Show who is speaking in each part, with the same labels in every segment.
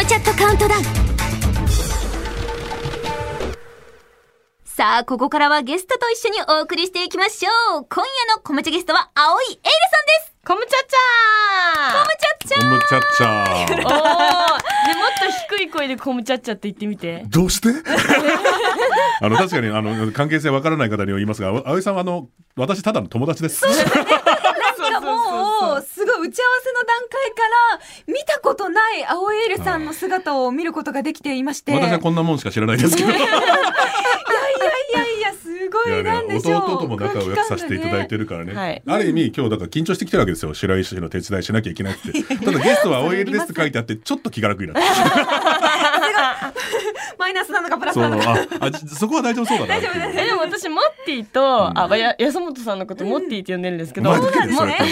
Speaker 1: トダウンさあ、ここからはゲストと一緒にお送りしていきましょう今夜のコムチャゲストは、青井エイルさんです
Speaker 2: コムチャ
Speaker 1: コム
Speaker 2: チ
Speaker 1: チャッチャ
Speaker 3: コムチ
Speaker 2: ャおーでも
Speaker 3: ャッチャー
Speaker 2: っと低い声でコムチャッチャって言ってみて
Speaker 3: どうして あの確かにあの関係性わからない方には言いますがあ葵さんはあの私ただの友達です
Speaker 2: そうそうそう
Speaker 4: もうすごい打ち合わせの段階から見たことない青エールさんの姿を見ることができていまして、いやい
Speaker 3: 私はこんなもんしか知らないですけどい
Speaker 4: やいやいやすごいな
Speaker 3: や
Speaker 4: ん
Speaker 3: い
Speaker 4: で
Speaker 3: や
Speaker 4: しょう。
Speaker 3: 弟とも仲良くさせていただいてるからね、
Speaker 2: はい
Speaker 3: ある意味今日だから緊張してきてるわけですよ白石の手伝いしなきゃいけないってただゲストは青エルですって書いてあってちょっと気が楽になって
Speaker 4: マイナスなのかプラス
Speaker 3: そ
Speaker 4: な
Speaker 3: う
Speaker 4: のか。
Speaker 3: ああじそこは大丈夫そうだなっていう
Speaker 4: 大丈夫
Speaker 2: えでも私モッティと、あや安本さんのことモッティって呼んでるんですけど、
Speaker 3: まあできるよ
Speaker 2: もも
Speaker 3: それは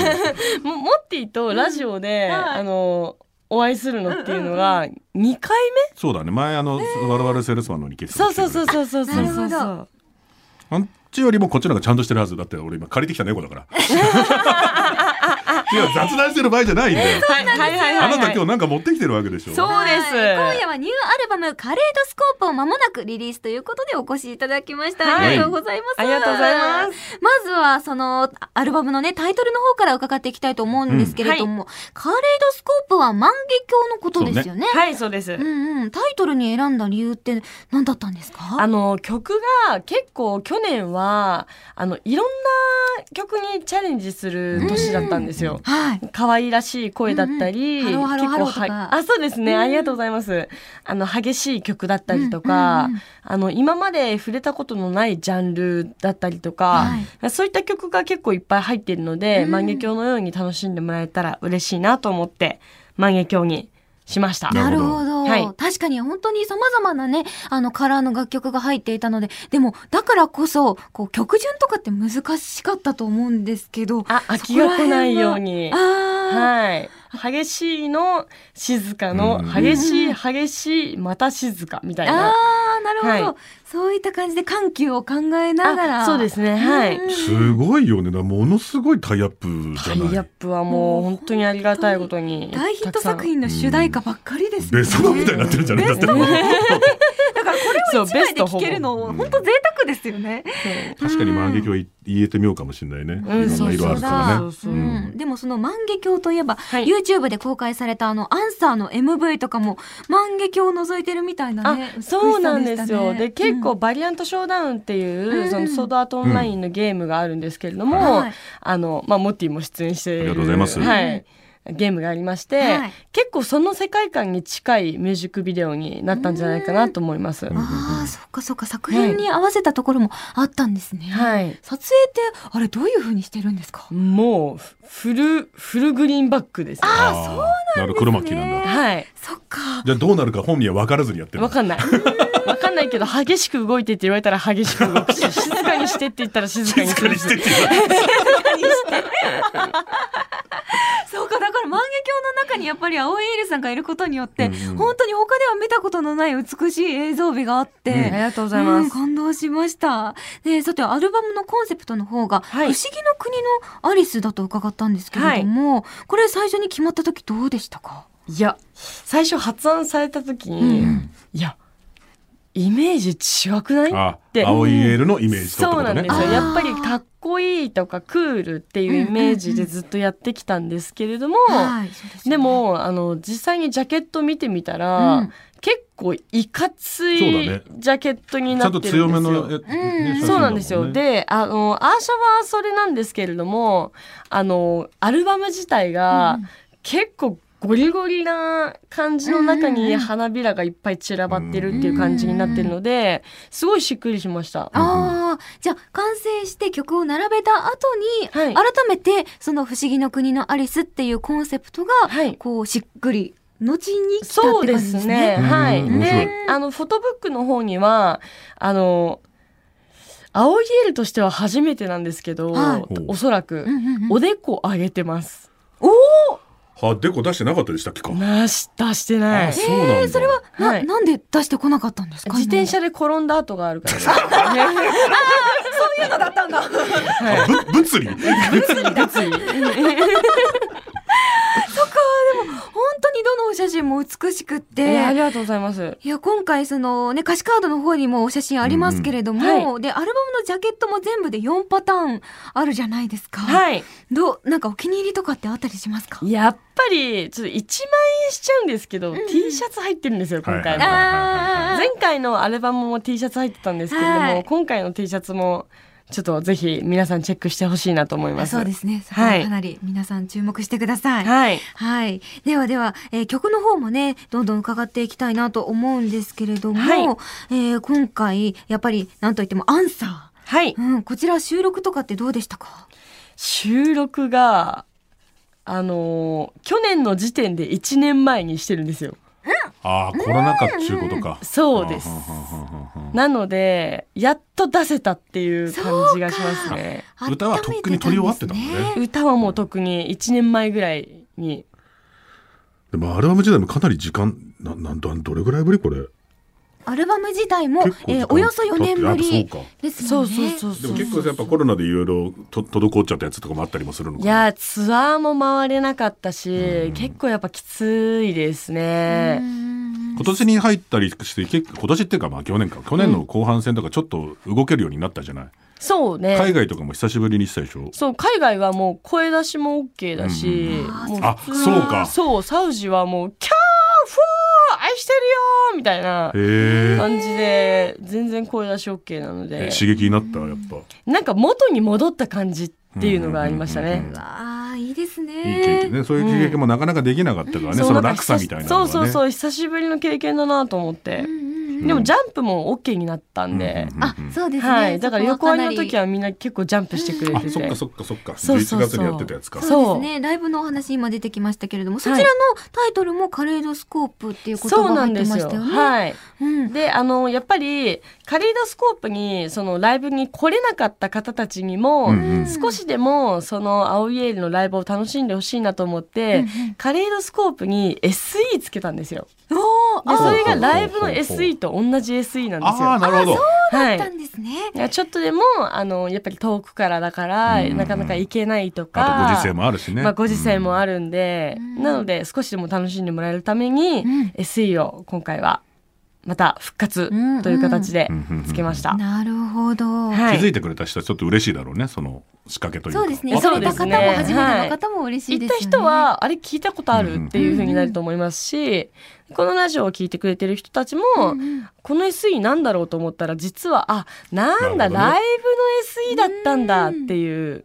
Speaker 2: モッティとラジオで、
Speaker 4: はい
Speaker 2: あのお会いするのっていうのが二回
Speaker 3: そうだね前あの我々セールスマンのに
Speaker 2: 目、
Speaker 3: 決
Speaker 2: そうそうそうそうそうそうそう
Speaker 4: なる
Speaker 2: そう
Speaker 3: あっちよりもこっちの方がちゃんとしてるはずだって俺今借りてきた猫 だから。いや雑談してる場合じゃないんだよ。
Speaker 2: はいはいはいはい、はい、
Speaker 3: あなた今日なんか持ってきてるわけでしょ。
Speaker 2: そうです
Speaker 1: はい今夜はニューアルバム、カレードスコープを間もなくリリースということでお越しいただきました。
Speaker 2: はい
Speaker 1: ありがとうございます。。
Speaker 2: ありがとうございます
Speaker 1: まずは、その、あアルバムのね、タイトルの方から伺っていきたいと思うんですけれども、カレードスコープは万華鏡のことですよね。
Speaker 2: はいそうです、
Speaker 1: うんうん、タイトルに選んだ理由って何だったんですか
Speaker 2: あの曲が結構去年はあのいろんな曲にチャレンジする年だったんですよ。
Speaker 1: はい。
Speaker 2: 可愛らしい声だったり、
Speaker 1: うんうんハローハローハローとか
Speaker 2: 結構はあそうですね、ありがとうございますあの激しい曲だったりとか、
Speaker 1: うんうんうん
Speaker 2: あの今まで触れたことのないジャンルだったりとか、
Speaker 1: はい
Speaker 2: そういった曲が結構いっぱい入ってるので、
Speaker 1: うん
Speaker 2: 万華鏡のように楽しんでもらえたら嬉しいなと思って万華鏡にしました。
Speaker 1: な
Speaker 3: な
Speaker 1: る
Speaker 3: る
Speaker 1: ほ
Speaker 3: ほ
Speaker 1: ど。
Speaker 2: はい
Speaker 1: 確かに本当に様々なね、あのカラーの楽曲が入っていたので、でも、だからこそ、こう曲順とかって難しかったと思うんですけど。
Speaker 2: あ飽きが来ないように
Speaker 1: あー
Speaker 2: はい。激しいの、静かの、
Speaker 3: うん
Speaker 2: 激しい、激しい、また静か、みたい
Speaker 1: あ
Speaker 2: な。
Speaker 1: ー、なるほど、
Speaker 2: はい
Speaker 1: そういった感じで緩急を考えながら。
Speaker 2: そうですね、はい。
Speaker 1: うん
Speaker 3: すごいよね。だからものすごいタイアップじ
Speaker 2: タ
Speaker 3: ゃ
Speaker 2: イ
Speaker 3: な
Speaker 2: ア
Speaker 3: い
Speaker 2: ッ。プはもう本当にありがたいことに。
Speaker 4: 大ヒッ
Speaker 2: た
Speaker 4: ト
Speaker 2: くさん
Speaker 4: 作品の主題歌ばっかりですね。
Speaker 3: ベスト版みたいになってるじゃないだってもう。
Speaker 4: だからこれ
Speaker 2: そ
Speaker 4: を
Speaker 2: う
Speaker 4: 一枚
Speaker 2: ベス
Speaker 4: で
Speaker 2: トほ
Speaker 4: 聴
Speaker 2: ぼ
Speaker 4: けるの
Speaker 3: うん
Speaker 4: 本当贅沢ですよね。
Speaker 3: 確かに万華鏡い言えてみようかもしれないね。
Speaker 2: うん
Speaker 3: いろんな色あるか
Speaker 2: そう
Speaker 3: らね。
Speaker 2: そうそううん
Speaker 1: でもその万華鏡といえば、
Speaker 2: はい
Speaker 1: YouTube で公開されたあのアンサーの MV とかも万華鏡を覗いてるみたいな
Speaker 2: あ
Speaker 1: ね。美しさ
Speaker 2: そうなんです
Speaker 1: した
Speaker 2: よ。
Speaker 1: ね
Speaker 2: で、結構、バリアントショーダウンっていう、
Speaker 1: うん
Speaker 2: そのソードアートオンラインのゲームがあるんですけれども、
Speaker 1: はい
Speaker 2: あの、まあ、モッティも出演している。
Speaker 3: ありがとうございます
Speaker 2: はい。ゲームがありまして、
Speaker 1: はい
Speaker 2: 結構その世界観に近いミュージックビデオになったんじゃないかなと思います。
Speaker 3: ん
Speaker 1: ああ、そっかそっか、作品に合わせたところもあったんですね。
Speaker 2: はい。
Speaker 1: 撮影って、あれどういう風にしてるんですか
Speaker 2: もうフフルフルグリーンバックですね。
Speaker 3: ああ、そうなんだ。黒巻きなんだ。
Speaker 2: はい。
Speaker 1: そっか。
Speaker 3: じゃあどうなるか本人は分からずにやってる
Speaker 2: わ。かんない。わかんないけど激しく動いてって言われたら激しく動く し、静かにしてって言ったら静かに
Speaker 3: 静
Speaker 2: す
Speaker 3: か
Speaker 2: る
Speaker 3: にして
Speaker 2: し。
Speaker 3: って言う
Speaker 4: そうかだから万華鏡の中にやっぱり青エールさんがいることによって
Speaker 3: うんうん
Speaker 4: 本当に他では見たことのない美しい映像美があって。
Speaker 3: うんあり
Speaker 2: がとうご
Speaker 1: うん。感動しました。で、さて、アルバムのコンセプトの方が、
Speaker 2: はい
Speaker 1: 不思議の国のアリスだと伺ったんですけれども、これ最初に決まった時どうでしたか
Speaker 2: いや、最初発案された時に、
Speaker 1: うん
Speaker 2: いや、イメージ違くない
Speaker 3: あ
Speaker 2: って。、
Speaker 3: 青いエールのイメージとっ
Speaker 2: そ
Speaker 3: て
Speaker 2: う
Speaker 3: こ
Speaker 2: な
Speaker 3: と
Speaker 2: ん
Speaker 3: ね。
Speaker 2: ですよ。
Speaker 1: あー
Speaker 2: やっぱりかっこいいとかクールっていうイメージでずっとやってきたんですけれども、
Speaker 1: はい、そうですよね
Speaker 2: で、もあの実際にジャケット見てみたら、
Speaker 1: うん
Speaker 2: 結構いかつい
Speaker 3: そう
Speaker 2: ジ
Speaker 3: だね
Speaker 2: ャケットに
Speaker 3: ちゃ
Speaker 2: なってる
Speaker 3: んと
Speaker 2: んです
Speaker 3: 強
Speaker 2: よ。
Speaker 3: めのえ
Speaker 1: うん
Speaker 3: ね
Speaker 2: そうなんですよ。
Speaker 3: 写真だもんね
Speaker 2: で、あの、アーシャはそれなんですけれども、あの、アルバム自体が結構ゴリゴリな感じの中
Speaker 1: うんうん
Speaker 2: に
Speaker 1: うん
Speaker 2: 花びらがいっぱい散らばってるっていう感じになってるので、すごいしっくりしました。
Speaker 1: ああ、じゃあ完成して曲を並べた後に、
Speaker 2: はい
Speaker 1: 改めてその不思議の国のアリスっていうコンセプトが、
Speaker 2: はい。
Speaker 1: こうしっくり後に来た
Speaker 2: そ
Speaker 1: って
Speaker 2: うで
Speaker 1: 感じですすね
Speaker 2: ね。。はい。
Speaker 3: うん面白い
Speaker 2: で、あの、フォトブックの方には、あの、青いエールとしては初めてなんですけど、
Speaker 1: はい
Speaker 2: おそら
Speaker 1: うん
Speaker 2: く、
Speaker 1: うんうん
Speaker 2: おでこ上げてます。
Speaker 3: はでこ出してなかったでしたっけか。
Speaker 2: なし、出してない。
Speaker 3: あそうなんだ。
Speaker 1: えーそれは、な
Speaker 2: はい
Speaker 1: なんで出してこなかったんですか
Speaker 2: 自転
Speaker 1: 今
Speaker 2: 車で転んだ跡があるからです。は
Speaker 4: そういうのだったんだ。
Speaker 3: あぶ物理。
Speaker 2: い。物理。
Speaker 4: 本当にどのお写
Speaker 1: 写真も美しくっ
Speaker 2: いやあ
Speaker 1: て
Speaker 2: り。がとうございます。
Speaker 1: いや、今回そのね、歌詞カードの方にもお写真ありますけれども、
Speaker 2: うんうん
Speaker 1: で、アルバムのジャケットも全部で4パターンあるじゃないですか。
Speaker 2: はい。
Speaker 1: どう、なんかお気に入りとかってあったりしますか
Speaker 2: やっぱり、ちょっと1万円しちゃうんですけど、
Speaker 1: ん
Speaker 2: T シャツ入ってるんですよ、今回
Speaker 3: はい
Speaker 2: も。
Speaker 3: はい
Speaker 1: あ
Speaker 2: 前回のアルバムも T シャツ入ってたんですけれども、
Speaker 1: はい
Speaker 2: 今回の T シャツも、ちょっとぜひ皆さんチェックしてほしいなと思いま
Speaker 1: あ、
Speaker 2: す。
Speaker 1: そうですね。そこ
Speaker 2: は
Speaker 1: はいかなり皆さん注目してください。はい。
Speaker 2: はい。
Speaker 1: ではでは、えー曲の方もね、どんどん伺っていきたいなと思うんですけれども、
Speaker 2: はい
Speaker 1: えー今回、やっぱり、なんといってもアンサ
Speaker 2: は
Speaker 1: ー。。
Speaker 2: い
Speaker 1: うん、こちら収録とかってどうでしたか
Speaker 2: 収録が、あのー去年の時点で1年前にしてるんですよ。
Speaker 3: ああコロナ禍っていうことか
Speaker 2: そうです
Speaker 3: はんはんはんはんはん
Speaker 2: なので、やっと出せたっていう感じがしますね。
Speaker 3: 歌はとっくに撮り終わってたもん
Speaker 1: 温め
Speaker 3: ね
Speaker 1: てたんです
Speaker 2: 歌はもう特に1年前ぐらいに。
Speaker 3: でもアルバム時代もかなり時間ななんどどれぐらいぶりこれ
Speaker 1: アルバム自体も、
Speaker 3: 結構時間
Speaker 1: えーおよそ4年ぶ
Speaker 3: 経っ
Speaker 1: り
Speaker 3: てあそうか
Speaker 1: です
Speaker 2: そ
Speaker 1: よ
Speaker 2: う
Speaker 1: ね。
Speaker 2: そうそう
Speaker 3: で
Speaker 2: そう。
Speaker 3: も結構やっぱコロナでいろいろと滞っちゃったやつとかもあったりもするの
Speaker 2: い
Speaker 3: かな
Speaker 2: や、ツアーも回れなかったし
Speaker 3: ん、
Speaker 2: 結構やっぱきついです
Speaker 1: う
Speaker 2: ね。
Speaker 1: ん
Speaker 3: 今年に入ったりして結構今年っていうかまあ去年か去年の後半戦とかちょっと動けるようになったじゃない、
Speaker 2: そうね。
Speaker 3: 海外とかも久しぶりにしたでしょ
Speaker 2: そう海外はもう声出しも OK だし、
Speaker 3: うん
Speaker 2: も
Speaker 3: あ
Speaker 2: 普通
Speaker 3: そうか
Speaker 2: そうサウジはもう「キャーフォー愛してるよ!」みたいな
Speaker 3: へー
Speaker 2: 感じで全然声出し OK なので
Speaker 3: え刺激になったやっぱ
Speaker 2: なんか元に戻った感じっていうのがありました
Speaker 3: うんうんうん
Speaker 2: ね
Speaker 3: うん。
Speaker 1: ああ、いいですね。
Speaker 3: いい経験ねそういう経験もなかなかできなかったからね、
Speaker 2: う
Speaker 3: その
Speaker 2: なんか
Speaker 3: 落差みたいなの
Speaker 2: そ
Speaker 3: が、
Speaker 2: う
Speaker 3: ね、
Speaker 2: そうそう久しぶりの経験だなと思って
Speaker 1: うん、うんうん
Speaker 2: でもジャンプも OK になったんで、
Speaker 1: あ、そうですね。
Speaker 2: はい、だから
Speaker 1: そこ
Speaker 2: 横
Speaker 1: は
Speaker 2: アニ
Speaker 1: な
Speaker 2: の
Speaker 1: り
Speaker 2: 時はみんな結構ジャンプしてくれ
Speaker 3: あ
Speaker 2: て
Speaker 3: そってかそっかそっか
Speaker 2: そうそうそう
Speaker 3: 11月にやってたやつか
Speaker 2: そう
Speaker 1: そうですね。ライブのお話今出てきましたけれども、そちらのタイトルもカレードスコープっていう言葉
Speaker 2: そう
Speaker 1: が
Speaker 2: な
Speaker 1: 入
Speaker 2: ん
Speaker 1: って
Speaker 2: で
Speaker 1: ますし
Speaker 2: よ
Speaker 1: たよね。
Speaker 2: はい
Speaker 1: うん。
Speaker 2: であのやっぱりカレイドスコープにそのライブに来れなかった方たちにも、
Speaker 3: うんうん
Speaker 2: 少しでもその青いエールのライブを楽しんでほしいなと思って、カレイドスコープに SE つけたんですよ。でそれがライブの SE と同じ SE なんですよ。
Speaker 3: ああーなるほど
Speaker 2: はい
Speaker 1: なんですね。
Speaker 2: いやちょっとでもあのやっぱり遠くからだから、
Speaker 3: うんうんうん
Speaker 2: なかなか行けないとか
Speaker 3: あとご時世もあるしね、
Speaker 2: まあ、ご時世もあ
Speaker 3: る、
Speaker 2: るんで、
Speaker 1: うん
Speaker 2: なので少しでも楽しんでもらえるために、
Speaker 1: うん
Speaker 2: SE を今回はまた復活という形でつけました。
Speaker 1: なるほど。
Speaker 2: はい、
Speaker 3: 気づいてくれた人はちょっと嬉しいだろうねその仕掛けというか
Speaker 1: そうですね。
Speaker 3: あ
Speaker 1: 行
Speaker 2: そ
Speaker 1: っ
Speaker 2: う
Speaker 1: た
Speaker 2: で
Speaker 1: 方
Speaker 2: す
Speaker 1: も
Speaker 2: ね
Speaker 1: 初めての方も嬉しい
Speaker 2: 行
Speaker 1: です
Speaker 2: った
Speaker 1: よね。
Speaker 2: 人は、あれ聞いたことあ
Speaker 3: うんうん
Speaker 2: るっていうふうになると思いますし、このラジオを聞いてくれてる人たちも、
Speaker 1: うんうん、
Speaker 2: この SE なんだろうと思ったら、実は、あ、なんだ、
Speaker 3: なるほどね
Speaker 2: ライブの SE だったんだっていう、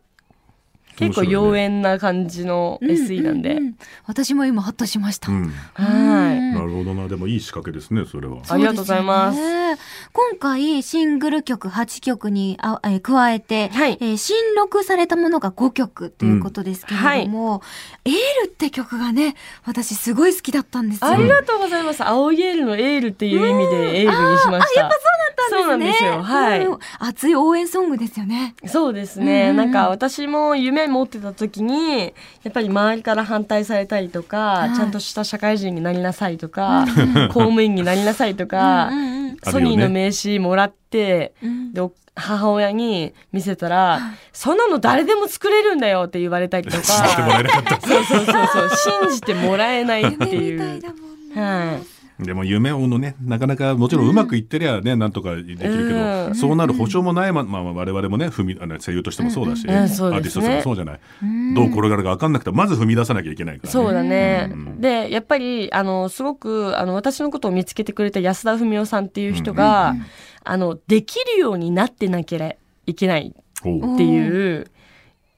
Speaker 2: 結構
Speaker 3: 面白い
Speaker 2: 妖
Speaker 3: ね
Speaker 2: 艶な感じの SE なんで
Speaker 1: うう。う私も今ハッとしました。
Speaker 3: うん
Speaker 2: はい。
Speaker 3: なるほどなでもいい仕掛けですねそれは
Speaker 2: ありがとうございます
Speaker 1: そうでよね。今回シングル曲8曲にあ、えー加えて、
Speaker 2: はい
Speaker 1: えー新録されたものが5曲ということですけれども、エールって曲がね、私すごい好きだったんですよ。
Speaker 2: ありがとうございます。青いエールのエールっていう意味でエールにしました。あ、やっぱそうだったんですね。そうなんですよ。はい。
Speaker 1: うん熱い応援ソングですよね。
Speaker 2: そうですね、
Speaker 1: うんうん
Speaker 2: なんか私も夢持ってた時にやっぱり周りから反対されたりとか、
Speaker 1: はい
Speaker 2: ちゃんとした社会人になりなさいとか、公務員になりなさいとか、
Speaker 1: うんうんうん
Speaker 2: ソニーの
Speaker 3: あるよね
Speaker 2: 名刺もらって、
Speaker 1: うん
Speaker 2: でお母親に見せたら「そんなの誰でも作れるんだよ」って言われたりとか
Speaker 3: 知ってもらえなかった
Speaker 2: そうそうそうそう信じてもらえないって
Speaker 1: 夢
Speaker 2: い。
Speaker 1: みたいうだもんね。
Speaker 2: はい
Speaker 3: でも夢をのねなかなかもちろんうまくいってりゃね、なんとかできるけど、
Speaker 2: うん
Speaker 3: そうなる保証もないままあ、我々もね踏みあの声優としてもそうだし、
Speaker 2: うんうんうんそうですね
Speaker 3: アーティストとしてもそうじゃない、
Speaker 1: ん
Speaker 3: どう転がるか分かんなくてまず踏み出さなきゃいけないから、ね、
Speaker 2: そうだね、
Speaker 3: うん
Speaker 2: でやっぱりあのすごくあの私のことを見つけてくれた安田文夫さんっていう人が、
Speaker 3: うんうんうん
Speaker 2: あのできるようになってなければいけない
Speaker 3: おう
Speaker 2: っていう、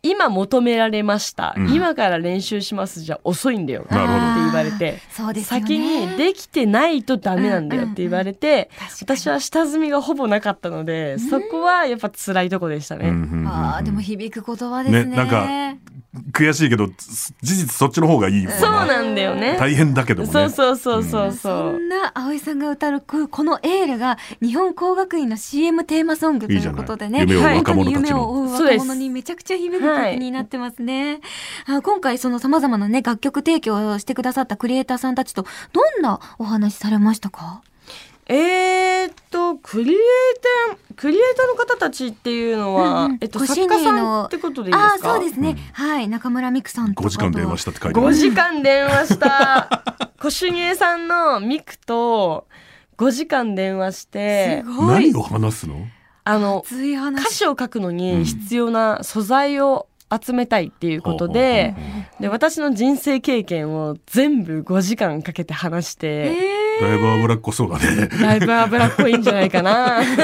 Speaker 2: 今求められました、
Speaker 3: うん
Speaker 2: 今から練習しますじゃ遅いんだよって
Speaker 3: なるほど
Speaker 2: 言われて。
Speaker 1: そうですよね。
Speaker 2: 先にできてないとダメなんだよって言われて、私は下積みがほぼなかったので、そこはやっぱ辛いとこでしたね。
Speaker 3: うんうんうんうん
Speaker 1: ああ、でも響く言葉ですね。
Speaker 3: ねなんか悔しいけどつ事実そっちの方がいいもんな
Speaker 2: そうなんだよね。
Speaker 3: 大変だけどもね
Speaker 2: そうそうそうそうそう。
Speaker 1: そんな葵さんが歌うここのエールが日本工学院の CM テーマソングと
Speaker 3: いい
Speaker 1: い
Speaker 3: じゃ
Speaker 1: う
Speaker 3: ない
Speaker 1: ことでね
Speaker 3: 夢を
Speaker 2: 追う
Speaker 1: 本当に
Speaker 3: 若者たち
Speaker 1: 夢
Speaker 3: の
Speaker 1: を追う
Speaker 2: そう
Speaker 1: 若
Speaker 2: です
Speaker 1: 者にめちゃくちゃ響く曲になってますね、あ今回その様々なね楽曲提供をしてくださったクリエイターさんたちとどんなお話されましたか
Speaker 2: ええーっとクリエイタークリエイターの方たちっていうのは、
Speaker 1: うんうん
Speaker 2: えっと
Speaker 1: ご主
Speaker 2: 作
Speaker 1: 人
Speaker 2: 家さん
Speaker 1: の
Speaker 2: ってことでいいで
Speaker 1: ああ
Speaker 2: すか
Speaker 1: そうですね、はい中村美久さんと
Speaker 3: 5時間電話
Speaker 1: し
Speaker 3: したって書いてあ
Speaker 2: 5
Speaker 3: る。
Speaker 2: 時間電話した 小手芸さんのミクと5時間電話して
Speaker 1: すごい
Speaker 3: 何を話すの？
Speaker 2: あの
Speaker 1: 熱い話
Speaker 2: 歌詞を書くの
Speaker 3: うん
Speaker 2: に必要な素材を集めたいっていうことで,、
Speaker 3: ほうほうほう
Speaker 2: で私の人生経験を全部5時間かけて話して、
Speaker 1: え
Speaker 3: だいぶ脂っこそうだね。
Speaker 2: だいぶ脂っこいんじゃないか な
Speaker 1: ー、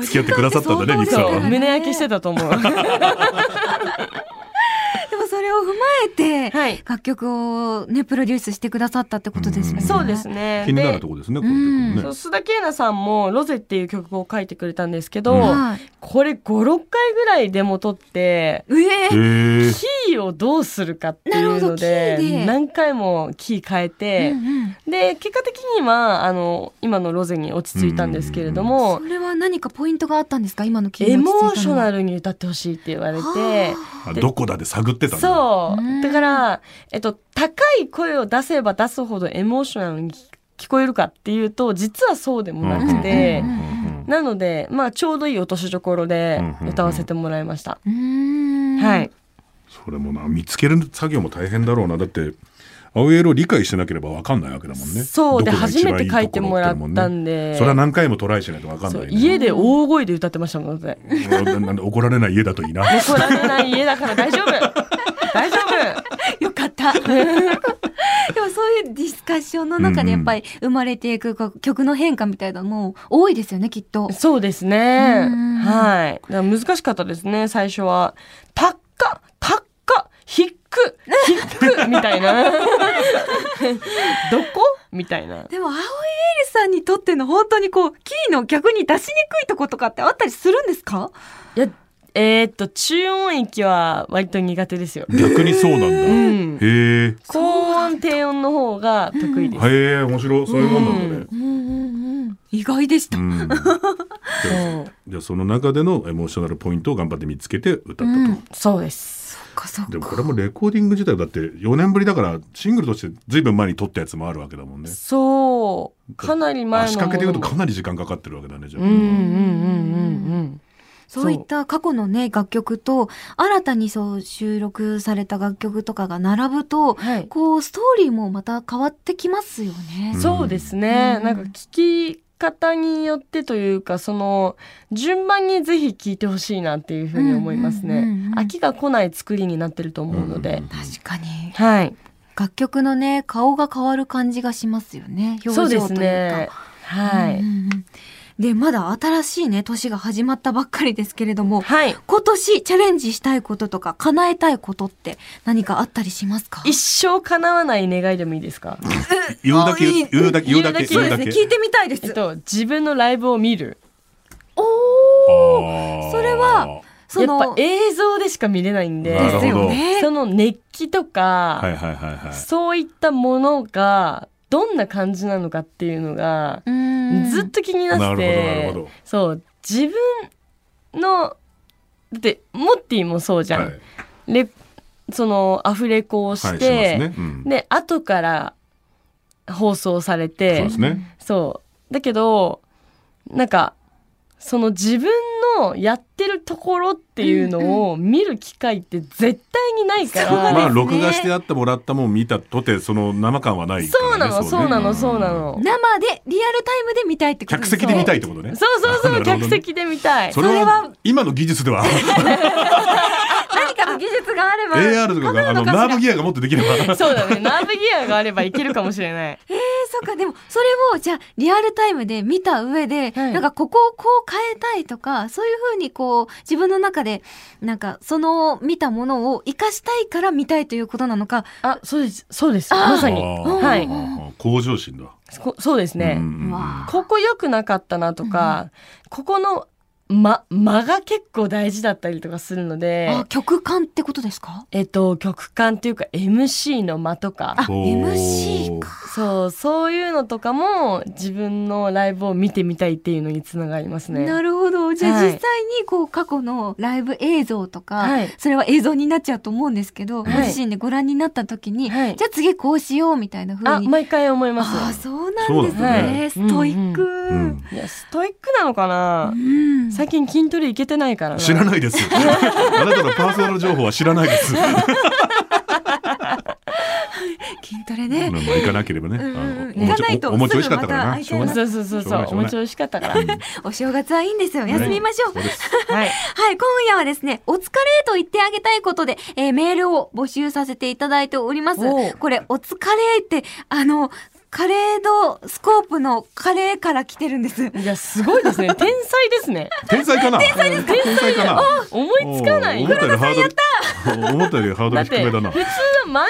Speaker 3: 付き合ってくださったんだね
Speaker 1: ご時間
Speaker 2: そ
Speaker 1: っ
Speaker 2: う
Speaker 1: て相当ですからね
Speaker 2: 胸焼けしてた と思うは
Speaker 1: でもそれを踏まえて
Speaker 2: い
Speaker 1: 楽曲をねプロデュースしてくださったってことですよね
Speaker 3: ん
Speaker 2: そうですね
Speaker 3: 気にな
Speaker 2: で
Speaker 3: るとこですね。
Speaker 1: ん
Speaker 3: この曲
Speaker 2: そう
Speaker 3: ね。
Speaker 2: 須田恵奈さんも「ロゼ」っていう曲を書いてくれたんですけど、
Speaker 3: うん
Speaker 1: はい
Speaker 2: これ56回ぐらいデモ撮って
Speaker 1: うえー
Speaker 3: へえ。
Speaker 2: キーをどうするかっていうの
Speaker 1: なる
Speaker 2: で
Speaker 1: ほどキーで
Speaker 2: 何回もキー変えて、
Speaker 1: うんうん
Speaker 2: で結果的にはあの今のロゼに落ち着いたんですけれども
Speaker 1: それは何かポイントがあったんですか今の気持ち
Speaker 2: エモーショナ
Speaker 1: ル
Speaker 2: ルに歌ってほしいって言われて。
Speaker 3: あどこだで探ってたんだ。
Speaker 2: そううんだから、えっと、高い声を出せば出すほどエモーショナルに聞こえるかっていうと実はそうでもなくて、
Speaker 1: うんうんうん
Speaker 2: なので、まあ、ちょうどいい落としどころで
Speaker 3: うんうんうん
Speaker 2: 歌わせてもらいました。
Speaker 1: うーん
Speaker 2: はい、
Speaker 3: それもな見つける作業も大変だろうなだって青色を理解してなければわかんないわけだもんね
Speaker 2: そうで
Speaker 3: どこが一
Speaker 2: 初
Speaker 3: 番
Speaker 2: めて書いてもらっ
Speaker 3: いいところ
Speaker 2: た
Speaker 3: ってのもね
Speaker 2: んで
Speaker 3: それは何回もトライしないとわかんな
Speaker 2: そう
Speaker 3: い、ね、
Speaker 2: 家で大声で歌ってましたもんね
Speaker 3: うんななんで怒られない家だといいな
Speaker 2: 怒られない家だから大丈 夫大丈
Speaker 1: よか った。でもそういうディスカッションの中でやっぱり生まれていく曲の変化みたいなのも多いですよね、きっと
Speaker 2: 夫。そうですね
Speaker 1: うん
Speaker 2: はいだから難しかったですね最初は「たっかたっかひっくひっく」みた いなどこみたいな
Speaker 1: でも、青井エイリさんにとっての本当にこう、キーの逆に出しにくいとことかってあったりするんですか
Speaker 2: いやえーっと中音域は割と苦手ですよ、
Speaker 3: 逆にそうなんだ、
Speaker 2: うん、
Speaker 3: へえ
Speaker 2: 高音低音の方が得意です
Speaker 3: へえ面白いそういうもんなんだね、
Speaker 1: うんうんうん。意外でした。
Speaker 3: う
Speaker 2: そう
Speaker 3: ん、じゃあその中でのエモーショナルポイントを頑張って見つけて歌ったと、
Speaker 2: そうです
Speaker 1: そっかそっ
Speaker 3: でも
Speaker 1: か。
Speaker 3: これもレコーディング自体だって4年ぶりだからシングルとしてずいぶん前に撮ったやつもあるわけだもんね
Speaker 2: そうかなり前の
Speaker 3: 足掛けで
Speaker 2: も
Speaker 3: 言
Speaker 2: の
Speaker 3: うと
Speaker 2: も
Speaker 3: かなり時間かかってるわけだねじゃあ、
Speaker 2: うんうんうんうんうん。
Speaker 1: そういった過去のね、楽曲と、新たにそう収録された楽曲とかが並ぶと、
Speaker 2: はい。
Speaker 1: こう、ストーリーもまた変わってきますよね。
Speaker 2: そうですね。
Speaker 1: うん
Speaker 2: なんか聞き方によってというか、その順番にぜひ聞いてほしいなっていうふうに思います
Speaker 1: うんうん
Speaker 2: ね
Speaker 1: うんうん。
Speaker 2: 飽きが来ない作りになってると思うので。
Speaker 1: 確かに。
Speaker 2: はい。
Speaker 1: 楽曲のね顔が変わる感じがしますよね表
Speaker 2: そ
Speaker 1: 情と
Speaker 2: う
Speaker 1: い
Speaker 2: で
Speaker 1: うか
Speaker 2: すね。は
Speaker 1: うん
Speaker 2: い。
Speaker 1: うんうんでまだ新しいね年が始まったばっかりですけれども
Speaker 2: はい。
Speaker 1: 今年チャレンジしたいこととか叶えたいことって何かあったりしますか
Speaker 2: 一生叶わない願いでもいいで すか。
Speaker 3: 言うだけ
Speaker 1: あいい
Speaker 3: 言うだけ言うだけ
Speaker 2: 言
Speaker 1: そうう
Speaker 2: だ
Speaker 1: で
Speaker 2: け
Speaker 1: すね聞いてみたいです、
Speaker 2: えっと自分のライブを見る。
Speaker 1: おお
Speaker 3: あー
Speaker 1: それはそ
Speaker 2: やっぱ
Speaker 1: の
Speaker 2: 映像でしか見れないんで。
Speaker 3: なる
Speaker 1: です
Speaker 3: ほど
Speaker 1: よね
Speaker 2: その熱気とか。
Speaker 3: はいはいはいはい
Speaker 2: そういったものがどんな感じなのかっていうのが
Speaker 1: うん
Speaker 2: ずっと気にな
Speaker 3: な
Speaker 2: っ
Speaker 3: るほどな
Speaker 2: て、
Speaker 3: るほど
Speaker 2: そう自分のだってモッティもそうじゃん、
Speaker 3: はい
Speaker 2: レそのアフレコを
Speaker 3: は
Speaker 2: し
Speaker 3: い、
Speaker 2: て、
Speaker 3: しますね、うん
Speaker 2: で後から放送され
Speaker 3: そう
Speaker 2: て
Speaker 3: ですね
Speaker 2: そうだけどなんかその自分のやってるところっていうのを見る機会って絶対にないから、
Speaker 3: まあ録画してあってもらったもん見たとてその生感はないか
Speaker 2: そう
Speaker 3: ら
Speaker 2: な
Speaker 3: ね、
Speaker 2: のそうなのそうなの、
Speaker 1: 生でリアルタイムで見たいってことで
Speaker 3: 客
Speaker 1: すよ
Speaker 3: 席で見たいってことね
Speaker 2: そうそう
Speaker 3: な
Speaker 2: そう、
Speaker 3: るほどね
Speaker 2: 客席で見たい。
Speaker 3: それは今の技術では
Speaker 1: 何かの技術があれば
Speaker 3: AR とかがあのナーブギアがもっとできれば
Speaker 2: そうだね、ナーブギアがあればいけるかもしれない。
Speaker 1: えーそうかでもそれをじゃあリアルタイムで見た上で、
Speaker 2: はい
Speaker 1: なんかここをこう変えたいとかそういうふうにこう自分の中でなんかその見たものを生かしたいから見たいということなのか
Speaker 2: あ、そうです、そうです、まさに。
Speaker 3: あー
Speaker 2: はい
Speaker 3: 向上心だ、
Speaker 2: こそうですね。
Speaker 3: うんうんうん
Speaker 1: わ
Speaker 2: ここ良くなかったなとか、ここの間間が結構大事だったりとかするので
Speaker 1: あ、曲感ってことですか
Speaker 2: えっと、曲間っていうか MC の間とか
Speaker 3: おー
Speaker 1: MC
Speaker 2: そうそういうのとかも自分のライブを見てみたいっていうのにつながりますね。
Speaker 1: なるほど。じゃあ
Speaker 2: は
Speaker 1: 実
Speaker 2: い
Speaker 1: 際にこう過去のライブ映像とか、
Speaker 2: はい
Speaker 1: それは映像になっちゃうと思うんですけど、
Speaker 2: はい
Speaker 1: ご自身でご覧になった時に、
Speaker 2: はい
Speaker 1: じゃあ次こうしようみたいな風
Speaker 2: あ
Speaker 1: に。
Speaker 2: 毎回思います。
Speaker 1: ああ、そうなんです
Speaker 3: そうだね
Speaker 1: ね。ストイック。
Speaker 3: うん
Speaker 2: いやストイックなのかな、
Speaker 1: うん
Speaker 2: 最近筋トレいけてないからな
Speaker 3: 知らないです。あなたのパーソナル情報は知らないです。
Speaker 1: 筋トレ
Speaker 3: まあ
Speaker 1: ね。
Speaker 3: 行かなければね。
Speaker 1: うんうん
Speaker 3: あのお餅
Speaker 1: 行かないと
Speaker 3: お餅美味しかったからな。
Speaker 1: す
Speaker 3: し
Speaker 1: ぐ
Speaker 3: ょ
Speaker 1: ま
Speaker 3: うが
Speaker 1: た
Speaker 3: ない。
Speaker 2: そうそうそう
Speaker 3: し
Speaker 2: そ
Speaker 3: ょう
Speaker 2: う
Speaker 3: がないしょ
Speaker 2: お
Speaker 3: うがない
Speaker 2: 餅美味しかったから、
Speaker 1: お正月はいいんですよ。休みましょう。
Speaker 3: そうです
Speaker 2: はい
Speaker 1: はい、今夜はですね、お疲れと言ってあげたいことで、えーメールを募集させていただいております
Speaker 2: おう。
Speaker 1: これ、お疲れって、あの、カレードスコープのカレーから来てるんです。
Speaker 2: いやすごいですね天才ですね
Speaker 3: 天才かな。天才ですか。天才かな。
Speaker 2: 思いつかない
Speaker 3: おー思ったよりハードル。思ったよりハード
Speaker 2: だ
Speaker 3: ル
Speaker 2: っ
Speaker 3: 低
Speaker 2: て
Speaker 3: め
Speaker 2: 普通
Speaker 3: だ
Speaker 2: は
Speaker 3: な。
Speaker 2: 万華鏡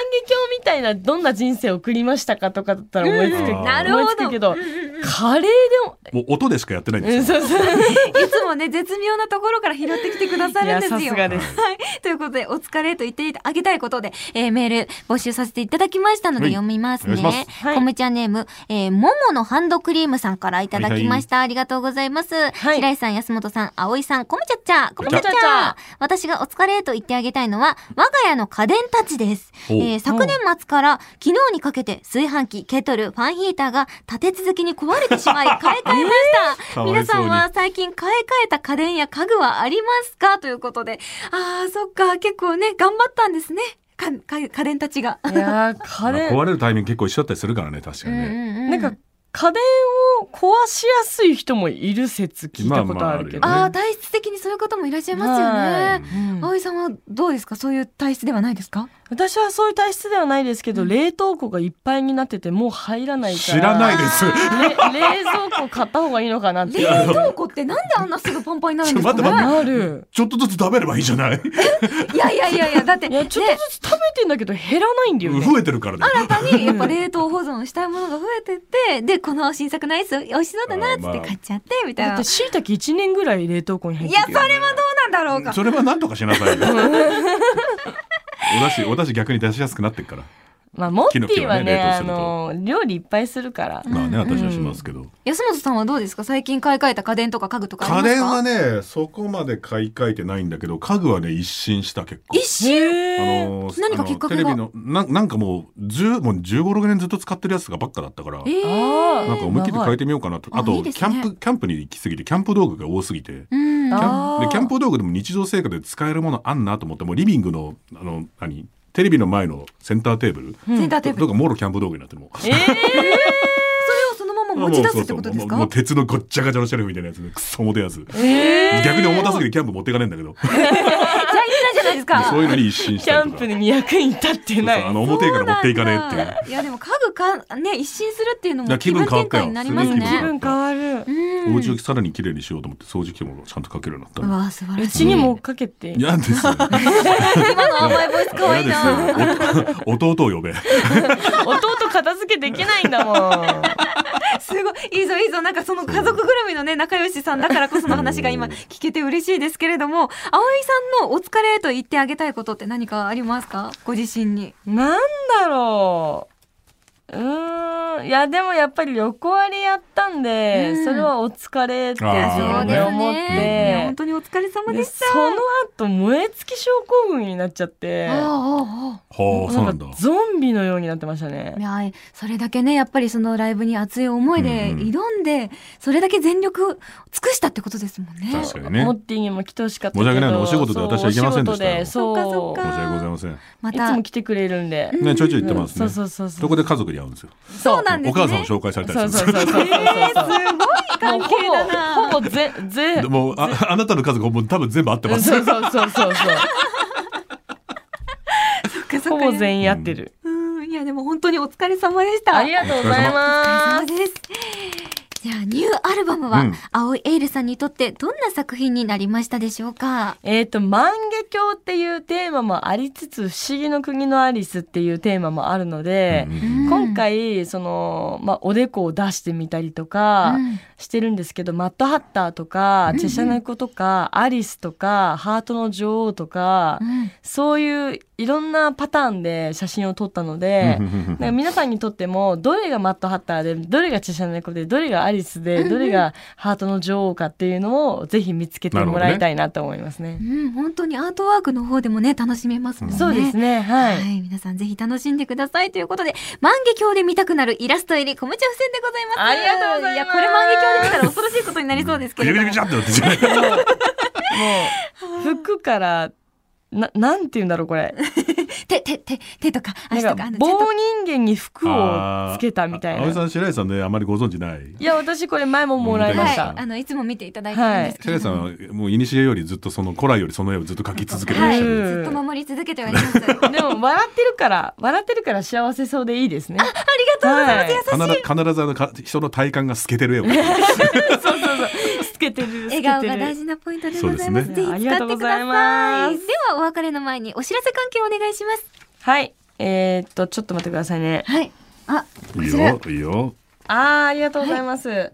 Speaker 2: みたいなどんな人生を送りましたかとかだったら思いつく,、
Speaker 3: うん
Speaker 2: 思
Speaker 3: ないる
Speaker 1: ほど
Speaker 2: つくけど、カレーでも
Speaker 3: もう音でしかやってないん
Speaker 2: う
Speaker 3: で
Speaker 2: ん
Speaker 3: すよ。
Speaker 2: そうそう
Speaker 1: いつもね、絶妙なところから拾ってきてくださ
Speaker 2: い
Speaker 1: るん
Speaker 2: や
Speaker 1: ですよ。
Speaker 2: さすがです
Speaker 1: はい。ということで、お疲れと言ってあげたいことで、えーメール募集させていただきましたので
Speaker 3: はい
Speaker 1: 読みます
Speaker 3: お
Speaker 1: ね。
Speaker 3: 願いしま
Speaker 2: はい
Speaker 1: コムちゃんネーム、えー、もものハンドクリームさんからいただきました。ありがとうございます。
Speaker 2: はい
Speaker 1: 白石さん、安本さん、葵さん、コムちゃっちゃ。コムちゃっち
Speaker 2: コムちゃっ
Speaker 1: ゃ。私がお疲れと言ってあげたいのは、我が家の家電たちです。
Speaker 3: おう
Speaker 1: えー昨年末から昨日にかけて、炊飯器、ケトル、ファンヒーターが立て続けに壊れてし まい、買い替えました。
Speaker 3: かわいそうに
Speaker 1: 皆さんは最近買い替えた家電や家具はありますかということで。ああ、そっか。結構ね、頑張ったんですね。か、か家電たちが。
Speaker 2: いやーカレー
Speaker 3: 壊れるタイミング結構一緒だったりするからね、確かにね。
Speaker 2: な
Speaker 1: なん
Speaker 2: か、家電を壊しやすい人もいる説聞いたことあるけど、
Speaker 3: ま
Speaker 1: あ
Speaker 3: あ
Speaker 1: あ、体質的にそういう方もいらっしゃいますよ
Speaker 2: は
Speaker 1: ね。葵さんはどうですかそういう体質ではないですか
Speaker 2: 私はそういう体質ではないですけど、冷凍庫がいっぱいになっててもう入らないから
Speaker 3: 知らないで す。
Speaker 2: れ冷蔵庫買った方がいいのかなって
Speaker 1: 冷凍庫ってなんであんなすぐパンパンになるんですか
Speaker 3: ちょ待っ
Speaker 1: ね
Speaker 2: なる
Speaker 3: ちょっとずつ食べればいいじゃない。
Speaker 1: いやいやいやいや、だって、
Speaker 2: いや
Speaker 1: ね、
Speaker 2: ちょっとずつ食べてんだけど減らないんだよね
Speaker 3: 増えてるからね。
Speaker 1: 新たにやっぱ冷凍保存したいものが増えてって、で、この新作のアイス美味しそうだなっつって買っちゃって、みたい
Speaker 2: だ
Speaker 1: な。
Speaker 2: って
Speaker 1: い
Speaker 2: 椎茸一年ぐらい冷凍庫に入って
Speaker 1: や、そ
Speaker 2: る
Speaker 1: れ
Speaker 2: よ
Speaker 1: はどうなんだろうか。
Speaker 3: それはなんとかしなさいよ。お出汁、お出汁逆に出しやすくなってるから。
Speaker 2: まあモッティはね
Speaker 3: キノピオね冷凍す
Speaker 2: あ
Speaker 3: ると
Speaker 2: の料理いっぱいするから、
Speaker 3: まあね、私はしますけど。
Speaker 1: 安本さんはどうですか最近買い替えた家電とか家具とかあ
Speaker 3: 家
Speaker 1: ります
Speaker 3: 電
Speaker 1: か
Speaker 3: はね、そこまで買い替えてないんだけど、家具はね、一新した結構。
Speaker 1: 一瞬
Speaker 3: あ
Speaker 2: へー
Speaker 3: のー
Speaker 1: 何か
Speaker 3: あの
Speaker 1: きっかけ
Speaker 3: テレ
Speaker 1: が
Speaker 3: ビのななんかもう10もう15、6年ずっと使ってるやつがばっかだったから、
Speaker 1: え
Speaker 2: あー
Speaker 3: なんか思いっきり変えてみようかなと。
Speaker 1: 長い
Speaker 3: あと
Speaker 1: あいいで
Speaker 3: キ
Speaker 1: す
Speaker 3: ャ
Speaker 1: ね
Speaker 3: ンプ、キャンプに行きすぎて、キャンプ道具が多すぎて。
Speaker 1: うん。
Speaker 3: キ
Speaker 2: あ
Speaker 3: ャン
Speaker 2: ー
Speaker 3: でキャンプ道具でも日常生活で使えるものあんなと思ってもうリビングのあの何テレビの前のセンターテーブル
Speaker 2: うん
Speaker 1: センターテーブル。
Speaker 3: とかもろキャンプ道具になってるもう
Speaker 2: えー
Speaker 1: それをそのまま持ち出すってことです
Speaker 3: もうそうそうもうも
Speaker 1: か
Speaker 3: う鉄のごっちゃがちゃのシェルフみたいなやつでクソ重たいやつ、
Speaker 2: えー
Speaker 3: 逆に重たすぎてキャンプ持っていかねえんだけど
Speaker 1: じゃあいいなじゃないですか。
Speaker 3: そういうのに一新し
Speaker 2: キ
Speaker 3: た
Speaker 2: ャ
Speaker 3: り
Speaker 2: ン
Speaker 3: とか
Speaker 2: プに役に立って
Speaker 3: そうそ
Speaker 2: な
Speaker 3: う
Speaker 2: い
Speaker 3: あの重てえから持っていかねえっていう
Speaker 1: いや、でも家具か、ね、一新するっていうの
Speaker 3: い
Speaker 1: も
Speaker 3: や
Speaker 1: 気
Speaker 3: 気
Speaker 1: 分
Speaker 3: 分変わ
Speaker 1: 転
Speaker 3: ったよ
Speaker 1: 換になります
Speaker 3: す
Speaker 2: 気
Speaker 3: ごい
Speaker 1: ね。
Speaker 2: 分変わる
Speaker 1: うん
Speaker 3: お家をさらに綺麗にしようと思って掃除機もちゃんとかけるようになった
Speaker 1: う
Speaker 3: の
Speaker 1: わ、素晴
Speaker 2: う
Speaker 1: らしい。
Speaker 2: ちにも追っかけて
Speaker 3: いやです よ
Speaker 1: 今の甘いボイス可愛いな。
Speaker 3: 嫌ですよお 弟を呼べ
Speaker 2: 弟片付けできないんだもん
Speaker 1: すごい、いいぞいいぞ。なんかその家族ぐるみのね、仲良しさんだからこその話が今聞けて嬉しいですけれども、葵さんのお疲れと言ってあげたいことって何かありますかご自身に。
Speaker 2: なんだろう。うーん。いや、でもやっぱり横割りやったんで、
Speaker 1: うん
Speaker 2: それはお疲れって自
Speaker 3: あ
Speaker 2: 分
Speaker 3: ー
Speaker 2: で思っ
Speaker 1: いや
Speaker 2: て
Speaker 1: 本、当にお疲れ様
Speaker 2: で
Speaker 1: でした。
Speaker 2: その後燃え尽き症候群になっちゃって、
Speaker 1: ああ
Speaker 3: はあそうなんだ
Speaker 2: かゾンビのようになってましたね
Speaker 1: い。やそれだけねやっぱりそのライブに熱い思いで
Speaker 3: うんうん
Speaker 1: 挑んで、それだけ全力を尽くしたってことですもんね。
Speaker 3: 確かにね
Speaker 2: モッティにも来てほしかったけど
Speaker 3: 申し訳ないのお仕事で私は行けませんでしたよ
Speaker 2: そうお仕事
Speaker 1: そっ
Speaker 2: でそう
Speaker 1: か
Speaker 3: 申し訳ございません
Speaker 1: ま
Speaker 2: いつ
Speaker 1: た
Speaker 2: も来てくれるんで、
Speaker 3: ねちょいちょい行ってます
Speaker 2: そう
Speaker 3: ね
Speaker 2: そうそうそう
Speaker 3: そこで家族に会うんですよ
Speaker 1: そうなんで
Speaker 3: お
Speaker 1: すね。
Speaker 3: 母さんを紹介された
Speaker 2: そう
Speaker 3: りす
Speaker 2: そう
Speaker 3: る
Speaker 2: そうそうそうそう
Speaker 1: 関係だな
Speaker 2: もうほぼほぼぜぜ
Speaker 3: でもうああなたの家族もう多分全部会ってます
Speaker 2: そうそうそうそうそう
Speaker 1: そっかそ
Speaker 2: ほ
Speaker 1: っか
Speaker 2: ぼ全員やってる。
Speaker 1: うんいやでも本当にお疲れ様でした。
Speaker 2: ありがとうございま
Speaker 1: そうです。じゃあ、ニューアルバムは、
Speaker 3: うん
Speaker 1: 青いエイルさんにとってどんな作品になりましたでしょうか
Speaker 2: えっ、と、万華鏡っていうテーマもありつつ、不思議の国のアリスっていうテーマもあるので、
Speaker 3: うんうん
Speaker 2: 今回その、まあ、おでこを出してみたりとかしてるんですけど、マッドハッターとか
Speaker 5: うん
Speaker 2: チェシャネコとか、アリスとかハートの女王とか、そういういろんなパターンで写真を撮ったので、なんか皆さんにとってもどれがマットハッターでどれがチェシャネコでどれがアリス
Speaker 5: うん
Speaker 2: で
Speaker 5: うん
Speaker 2: どれがハートの女王かっていうのをぜひ見つけてもらいたいなと思いますね。
Speaker 1: うん、本当にアートワークの方でもね、楽しめますもんね。
Speaker 2: そうですねは、
Speaker 1: はいい、皆さんぜひ楽しんでくださいということで、万華鏡で見たくなるイラスト入り、コムチャ付箋でございます。
Speaker 2: ありがとうございま
Speaker 1: や、
Speaker 2: す
Speaker 1: これ万華鏡で見たら恐ろしいことになりそうですけ
Speaker 3: ビ
Speaker 1: れ
Speaker 3: リ
Speaker 1: ど
Speaker 3: ビリ
Speaker 1: も
Speaker 3: ビリ。ってなってる
Speaker 2: もうもう服からななんて言うんだろうこれ
Speaker 1: 手、手、手、手とか足
Speaker 2: な
Speaker 1: と
Speaker 2: ん
Speaker 1: か、
Speaker 2: か
Speaker 1: あの、手と
Speaker 2: 棒
Speaker 1: か。
Speaker 2: 人間に服をつけたみたい
Speaker 3: あ青井
Speaker 2: な
Speaker 3: さん白石さんねあまりご存知ない
Speaker 2: いや私これ前ももらいまし
Speaker 1: はい、
Speaker 2: た、
Speaker 1: あの、いつも見ていただいてるんですけ
Speaker 3: 白
Speaker 1: れ
Speaker 3: 石さ
Speaker 1: ど
Speaker 3: ん
Speaker 1: も。
Speaker 3: はもう古よりずっとその古来よりその絵をずっと描き続けてらっしゃる、
Speaker 2: はい
Speaker 1: ずっと守り続けてはいます。ありがとう
Speaker 2: でも笑ってるから笑ってるから幸せそうでいいですね。
Speaker 1: ございます。
Speaker 2: はい
Speaker 1: 優しい
Speaker 3: 必ず必ずあのか人の体幹が透けてる絵を描いて る
Speaker 2: そうそうそう。 透けてる。
Speaker 1: 笑顔が大
Speaker 2: 事。
Speaker 1: 事なポイントでございます。
Speaker 3: そう
Speaker 2: ですね
Speaker 1: ぜひ
Speaker 2: あり
Speaker 1: 使
Speaker 2: がと
Speaker 1: っ
Speaker 2: う
Speaker 1: て
Speaker 2: ご
Speaker 1: く
Speaker 2: ざい
Speaker 1: だ
Speaker 2: ま
Speaker 1: さ
Speaker 2: す
Speaker 1: い。では、お別れの前にお知らせ関係お願いします。
Speaker 2: はい。えーっとちょっと待ってくださいね。
Speaker 1: はい。あ、こ
Speaker 3: いい
Speaker 1: ちら
Speaker 3: よ。いいよ
Speaker 2: あーありがとうございます。はい、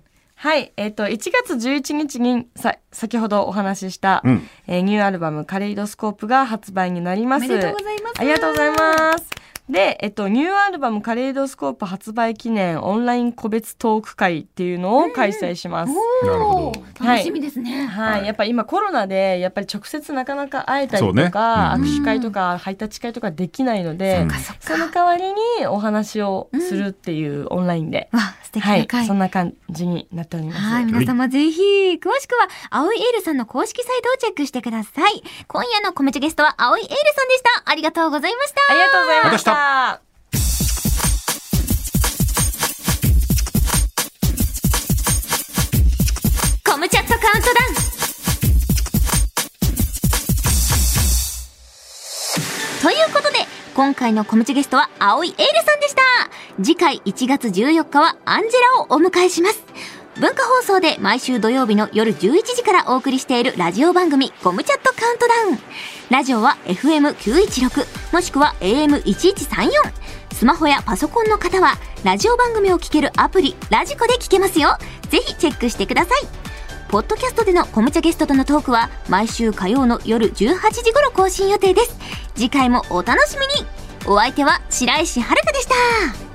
Speaker 2: えっ、と1月11日にさ先ほどお話しした、
Speaker 3: うん
Speaker 2: えーニューアルバムカレイドスコープが発売になりま
Speaker 1: お
Speaker 2: す。
Speaker 1: めでとうございます。
Speaker 2: ありがとうございます。で、えっと、ニューアルバムカレイドスコープ発売記念オンライン個別トーク会っていうのを開催します。
Speaker 1: おー
Speaker 3: なるほ
Speaker 2: ど
Speaker 1: 楽しみですね。
Speaker 2: はい、
Speaker 3: はい
Speaker 2: やっぱ今コロナでやっぱり直接なかなか会えたり
Speaker 3: そう
Speaker 2: とか、
Speaker 3: ねうん
Speaker 2: 握手会とかハイタッチ会とかできないので、
Speaker 3: うん
Speaker 1: そっ
Speaker 2: その代わりにお話をするっていうオンラインで、
Speaker 1: わ、素敵
Speaker 2: は
Speaker 1: ない会。
Speaker 2: そんな感じになっております。
Speaker 1: はい、皆様ぜひ、詳しくは、青井エールさんの公式サイトをチェックしてください。今夜のコメチゲストは、青井エールさんでした。ありがとうございました。
Speaker 2: ありがとうございました。
Speaker 1: コムチャットカウントダウンということで、今回のコムチゲストは、青井エールさんでした次回1月14日は、アンジェラをお迎えします文化放送で毎週土曜日の夜11時からお送りしているラジオ番組「コムチャットカウントダウン」ラジオは FM916 もしくは AM1134 スマホやパソコンの方はラジオ番組を聴けるアプリ「ラジコ」で聴けますよぜひチェックしてくださいポッドキャストでのコムチャゲストとのトークは毎週火曜の夜18時頃更新予定です。次回もお楽しみにお相手は白石遥でした。